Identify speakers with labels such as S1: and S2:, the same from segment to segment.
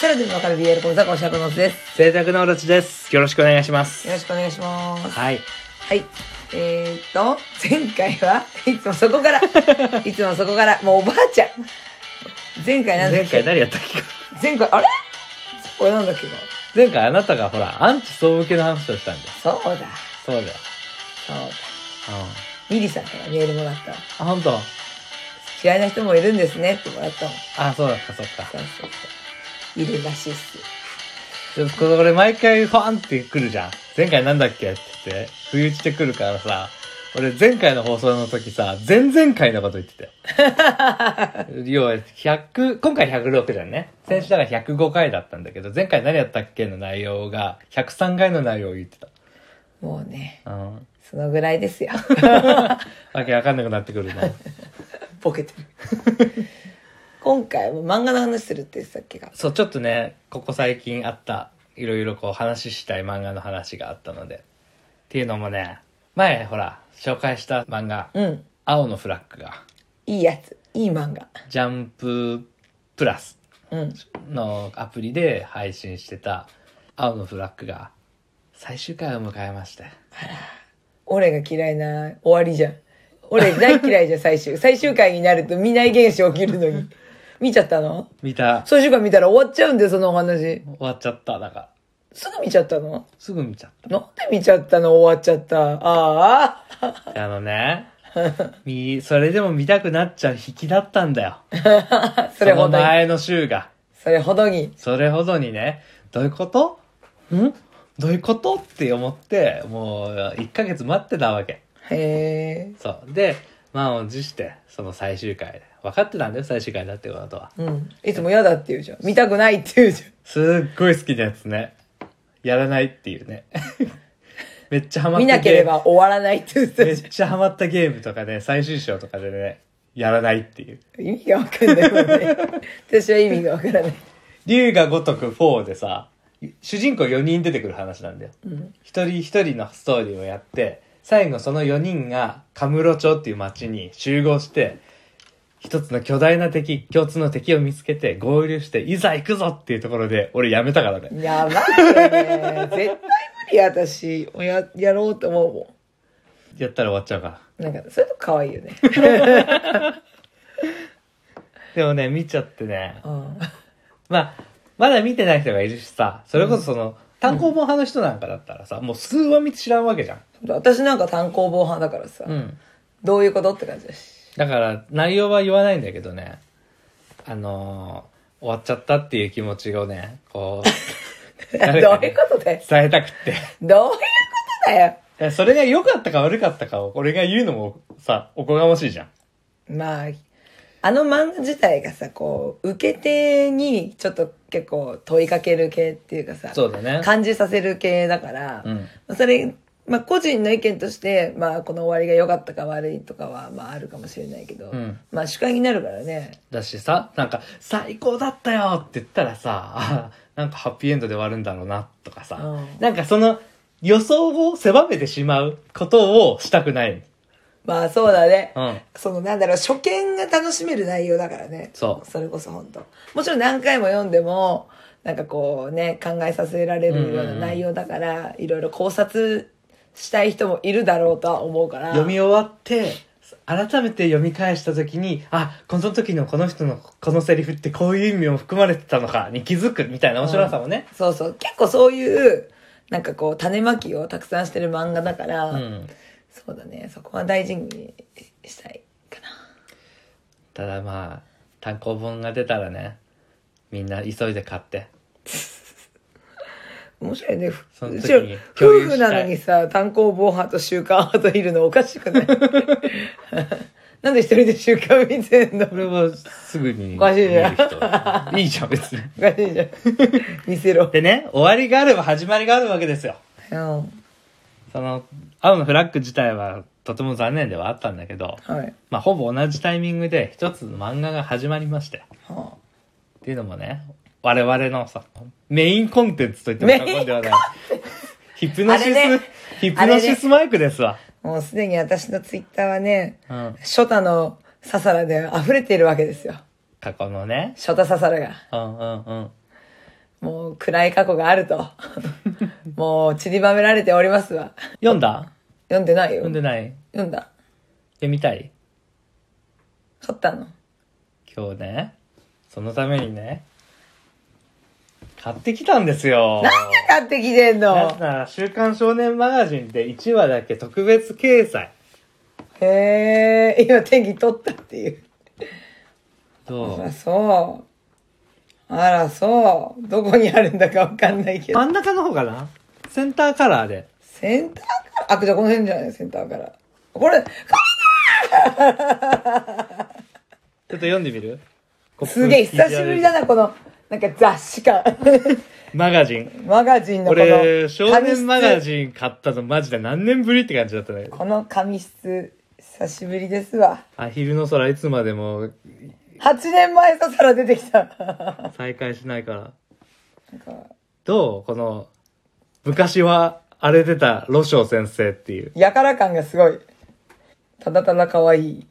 S1: セラピーのわかる BL 講座、講師役のすです。
S2: 静寂のオロチです。よろしくお願いします
S1: よ。ろしくお願いします。
S2: はい。
S1: はい。えー、っと、前回はいつもそこ から、いつもそこから、もうおばあちゃん。前回なんだ
S2: 前
S1: っけ
S2: 回何やったっけか。
S1: 前回、あれ俺なんだっけな
S2: 前回あなたがほら、アンチ総受けの話をしたんだよ。
S1: そうだ。
S2: そうだよ。
S1: そうだ。
S2: うん。あ、
S1: ミリさんからメールもらったわ。
S2: 本当。
S1: 嫌いな人もいるんですねってもらったもん。
S2: あ、そうだった、そっか。
S1: そうそうそう。いるらしいっす。
S2: ちょっとこれ毎回ファンって来るじゃん。前回なんだっけって言って、不意打ちで来るからさ、俺前回の放送の時さ、前々回のこと言ってたよ。 要は、100、今回106だよね。先週だから105回だったんだけど、前回何やったっけの内容が、103回の内容を言ってた。
S1: もうね、
S2: うん。
S1: そのぐらいです よ。
S2: わけわかんなくなってくるな。
S1: ボケてる。 今回も漫画の話するってさっきが。
S2: そう、ちょっとね、ここ最近あった、いろいろこう話したい漫画の話があったので。っていうのもね、前ほら、紹介した漫画、
S1: うん。
S2: 青のフラッグが、
S1: いいやつ。いい漫画。
S2: ジャンププラス
S1: うん。
S2: のアプリで配信してた、青のフラッグが、最終回を迎えまして。
S1: 俺が嫌いな終わりじゃん。俺大嫌いじゃん、最終。最終回になると見ない現象起きるのに。見ちゃったの
S2: 見た、
S1: 最終回見たら終わっちゃうんだよ、そのお話。
S2: 終わっちゃった、だから。
S1: すぐ見ちゃったの
S2: すぐ見ちゃっ
S1: なんで見ちゃったの終わっちゃった。ああ。
S2: た。あの ね、み、それでも見たくなっちゃう引きだったんだよ。
S1: そ
S2: そ
S1: れ
S2: の
S1: ほどに。
S2: 前の週が。
S1: それほどに。
S2: それほどにね、どういうことんどういうことって思って、もう1ヶ月待ってたわけ。
S1: へえ。
S2: そう。で、満を持して、その最終回で。分かってたんだよ、最終回だってことは。
S1: うん。いつも嫌だって言うじゃん。見たくないって言うじゃん。
S2: すっごい好きなやつね。やらないっていうね。 めっちゃハマった
S1: 見なければ終わらないって言ってた
S2: ゲーム。
S1: じ
S2: めっちゃハマったゲームとかね、最終章とかでね、やらないっていう。
S1: ゃん。意味がわかんないもんね。私は意味がわからない。
S2: 竜が如く4でさ、主人公4人出てくる話なんだよ。一人一人のストーリーをやって、最後その4人がカムロ町っていう町に集合して、一つの巨大な敵、共通の敵を見つけて合流して、いざ行くぞっていうところで、俺やめたからね。
S1: やばいよね。絶対無理私。や、やろうと思うも
S2: やったら終わっちゃうから。
S1: ん。なんか、そういうとこ可愛いよね。
S2: でもね、見ちゃってね。
S1: うん。
S2: まあ、まだ見てない人がいるしさ、それこそその、単行本派の人なんかだったらさ、もう数話見て知らんわけじゃん。
S1: 私なんか単行本派だからさ、
S2: ん。
S1: どういうことって感じだし。
S2: だから内容は言わないんだけどねあのー終わっちゃったっていう気持ちをねこう
S1: どう
S2: 誰か
S1: い
S2: に
S1: うことだよ。
S2: 伝えたく ってい
S1: どういうことだよ。
S2: やそれが良かったか悪かったかを俺が言うのもさおこがましいじゃん
S1: まあ、あの漫画自体がさ、こう、受け手にちょっと結構問いかける系っていうかさ、
S2: そうだね
S1: 感じさせる系だから、
S2: うん
S1: それ、まあ、個人の意見として、まあ、この終わりが良かったか悪いとかは、まあ、あるかもしれないけど、
S2: うん
S1: まあ、主観になるからね。
S2: だしさなんか「最高だったよ!」って言ったらさ あなんかハッピーエンドで終わるんだろうなとかさ、
S1: うん
S2: なんかその予想を狭めてしまうことをしたくない
S1: まあ、そうだね。
S2: うん
S1: その、なんだろう、初見が楽しめる内容だからね。
S2: そう
S1: それこそ本当もちろん何回も読んでも、なんかこうね、考えさせられるような内容だから、いろいろ考察したい人もいるだろうとは思うから。
S2: 読み終わって改めて読み返した時にあこの時のこの人のこのセリフってこういう意味も含まれてたのかに気づくみたいな面白さもね、
S1: そうそう。結構そういう、なんかこう、種まきをたくさんしてる漫画だから、
S2: うん、
S1: そうだね。そこは大事にしたいか
S2: ただまあ単行本が出たらねみんな急いで買って
S1: な。面白いね。ふ
S2: その時
S1: う
S2: に
S1: ちら夫
S2: 共有
S1: 婦
S2: したい
S1: なのにさ、単行本派と週刊派といるのおかしくない なんで一人で週刊見てんの
S2: これはすぐに
S1: おかしいじゃん
S2: 見る人いいじゃん別に
S1: おかしいじゃん。見せろ。
S2: でね終わりがあれば始まりがあるわけですよ
S1: うん。
S2: その青のフラッグ自体はとても残念ではあったんだけど
S1: はい。
S2: まあほぼ同じタイミングで一つの漫画が始まりまして
S1: はあ
S2: っていうのもね、我々のさ、メインコンテンツと言っても過言ではない。ヒプノシス、
S1: あれね
S2: ヒプノシスマイクですわ。
S1: もうすでに私のツイッターはね、
S2: うん。
S1: ショタのササラで溢れているわけですよ。
S2: 過去のね。
S1: ショタササラが。
S2: うんうんうん。
S1: もう暗い過去があると。 もう散りばめられておりますわ。
S2: 読んだ
S1: 読んでないよ。
S2: 読んでない
S1: 読んだ。
S2: 読みたい
S1: 買ったの。
S2: 今日ね、そのためにね、買ってきたんですよ。
S1: 買ってきてん
S2: な
S1: の
S2: ん。なら週刊少年マガジンで1話だけ特別掲載。
S1: へえ、今天気取ったっていう。
S2: ど
S1: あ
S2: う
S1: そう。あら、そう。どこにあるんだかわかんないけど。
S2: 真ん中の方かなセンターカラーで。
S1: センターからあ、じゃあこの辺じゃないセンターから。これ、
S2: ちょっと読んでみる
S1: すげえ久しぶりだな、この、なんか 雑誌感。
S2: マガジン。
S1: マガジンのこの。
S2: 俺、少年マガ
S1: ン。
S2: ジン買ったのマジで何年ぶりって感じだったね。
S1: この紙質、久しぶりですわ。
S2: アヒルの空いつまでも
S1: 8年前ささら出てきた。
S2: 再開しないから。
S1: なんか
S2: どうこの、昔は荒れてたロショウ先生っていう。
S1: やから感がすごい。ただただ可愛い。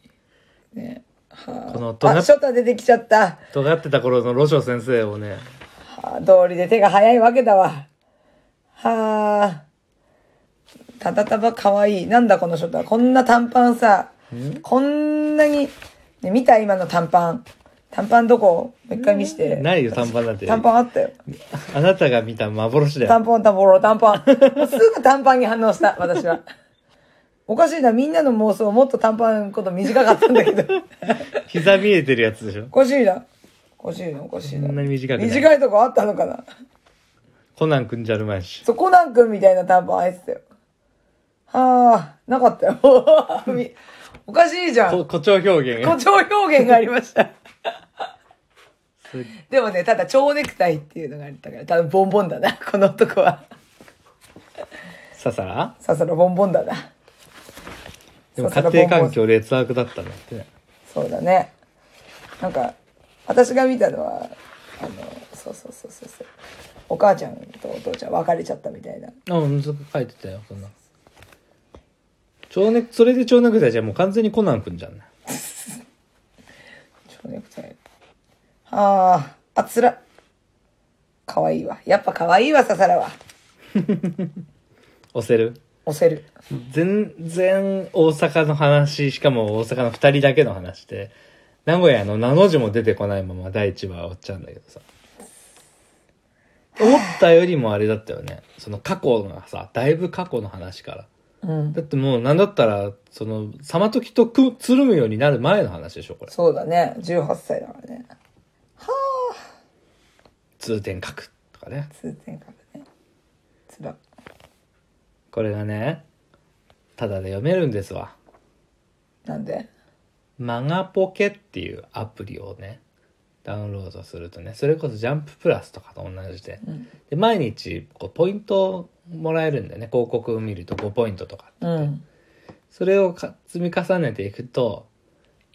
S1: ね。はあ、
S2: このどな
S1: あ、ショタ出てきちゃった。
S2: 尖ってた頃のロショウ先生をね、
S1: はあ、道理で手が早いわけだわ。はあ。ただただ可愛い。なんだこのショタ。こんな短パンさ。こんなに、ね、見た今の短パン。短パンどこもう一回見して。
S2: ないよ短パンなんて
S1: 短パンあったよ。
S2: あなたが見た幻だよ。
S1: 短パン、短パン、短パン。すぐ短パンに反応した、私は。おかしいな、みんなの妄想もっと短パンのこと短かったんだけど。
S2: 膝見えてるやつでしょ
S1: おかしいな。おかしいな、おかしいな。
S2: そんなに短くない
S1: 短いとこあったのかな。
S2: コナンくんじゃるまいし。
S1: そこなんくんみたいな短パンあいてたよ。はあ、なかったよ。 みおかしいじゃん。
S2: こ誇張表現。
S1: 誇張表現がありました。
S2: すっ
S1: でもね、ただ蝶ネクタイっていうのがあったから、多分ボンボンだな、この男は。
S2: ささら
S1: さっさらボンボンだな。
S2: でも
S1: さ
S2: 家
S1: さらボ
S2: 庭
S1: ンボン
S2: 環境劣悪だったんだってね。
S1: そうだね。なんか、私が見たのは、あの、そうそうそうそうそう。お母ちゃんとお父ちゃん別れちゃったみたいな。
S2: あ、うん、そこ書いてたよ、そんな。蝶ネク、それで蝶ネクタイじゃもう完全にコナンくんじゃんね。
S1: 蝶ネクタイ。ああ、あ、つら。かわいいわ。やっぱかわいいわ、ささらは。
S2: 押せる
S1: 押せる。
S2: 全然大阪の話、しかも大阪の二人だけの話で、名古屋の名の字も出てこないまま第一話終わっちゃうんだけどさ。思ったよりもあれだったよね。その過去がさ、だいぶ過去の話から。
S1: うん。
S2: だってもうなんだったら、その、さまときとく、つるむようになる前の話でしょ、これ。
S1: そうだね。18歳だからね。
S2: 通天閣とかね。
S1: 通天閣ね。つら。
S2: これがね、ただで読めるんですわ。
S1: なんで
S2: マガポケっていうアプリをね、ダウンロードするとね、それこそジャンププラスとかと同じで、で毎日こうポイントもらえるんだよね、広告を見ると5ポイントとか。
S1: うん。
S2: それをか積み重ねていくと、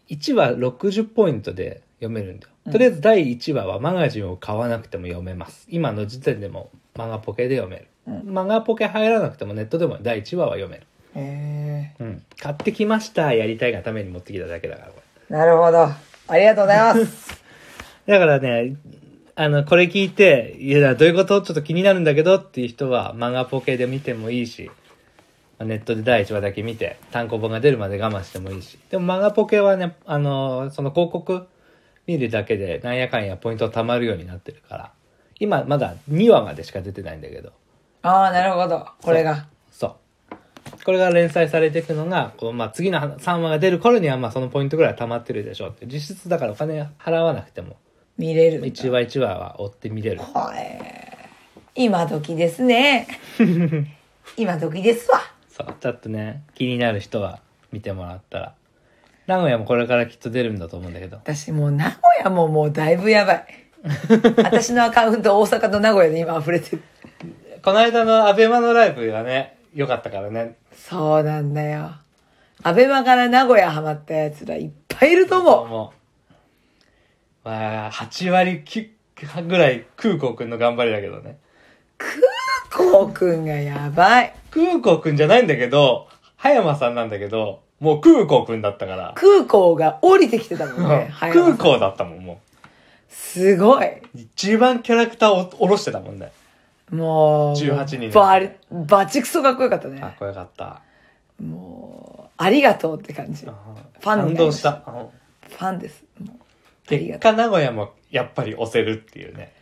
S2: 1話60ポイントで読めるんだよ。とりあえず第1話はマガジンを買わなくても読めます。今の時点でもマガポケで読める。マガポケ入らなくてもネットでも第1話は読める。
S1: へえ。
S2: うん。買ってきました。やりたいがために持ってきただけだから、これ。
S1: なるほど。ありがとうございます。
S2: だからね、あの、これ聞いて、いや、どういうことちょっと気になるんだけどっていう人は、漫画ポケで見てもいいし、まあネットで第1話だけ見て、単行本が出るまで我慢してもいいし。でも漫画ポケはね、あの、その広告見るだけで、なんやかんやポイントが貯まるようになってるから、今まだ2話までしか出てないんだけど、
S1: ああ、なるほど。これが。
S2: そう。これが連載されていくのが、こう、まあ、次の3話が出る頃には、まあ、そのポイントぐらいは溜まってるでしょうって。実質だからお金払わなくても、
S1: 見れるんだ。
S2: 1話1話は追って見れる。
S1: はい。今時です ね。今時ですわ。
S2: そう、ちょっとね、気になる人は見てもらったら。名古屋もこれからきっと出るんだと思うんだけど。
S1: 私もう名古屋ももうだいぶやば い。私のアカウント大阪と名古屋で今溢れてる。
S2: この間のアベマのライブがね、良かったからね。
S1: そうなんだよ。アベマから名古屋ハマったやつらいっぱいいると思う。
S2: もう。まあ、8割きぐらい空港くんの頑張りだけどね。
S1: こうくんがやばい。
S2: 空港くんじゃないんだけど、葉山さんなんだけど、もう空港くんだったから。
S1: 空港が降りてきてたもん
S2: うん
S1: ね。早
S2: 空
S1: 山さん
S2: 港だったもん、も
S1: すごい。
S2: 一番キャラクターを下ろしてたもんね。
S1: もう、
S2: 18人
S1: バリ、バチクソかっこよかったね。
S2: あ、これよかった。
S1: もう、ありがとうって感じ。ファンに
S2: 感
S1: なり
S2: 動
S1: ま
S2: し
S1: した
S2: た。うん
S1: ァンです。もうあり
S2: 結
S1: がとう。
S2: 果、名古屋もやっぱり押せるっていうね。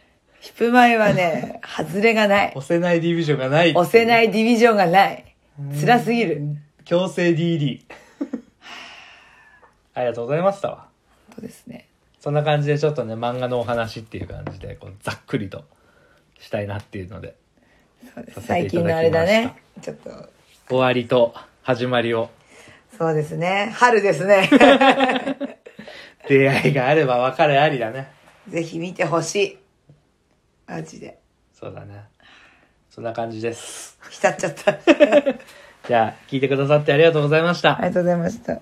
S1: ヒップマイは ね、外れがない。
S2: 押せないディビジョンがない。。
S1: 押せないいディビジョンがない。辛すぎる。
S2: 強制 DD。ありがとうございましたわ。
S1: そうですね。
S2: そんな感じでちょっとね、漫画のお話っていう感じで、こうざっくりとしたいなっていうので、
S1: そうです
S2: させ
S1: 最
S2: ていただき
S1: 近
S2: ました
S1: のあれだね。ちょっと、
S2: 終わりと始まりを、
S1: そうですね。春です ね。
S2: 出会いがあれば別れありだね。
S1: ぜひ見てほしい。マジで。
S2: そうだね。そんな感じです。
S1: 浸っちゃった。あ
S2: じゃあ、聞いてくださってありがとうございました。
S1: りがとうございました。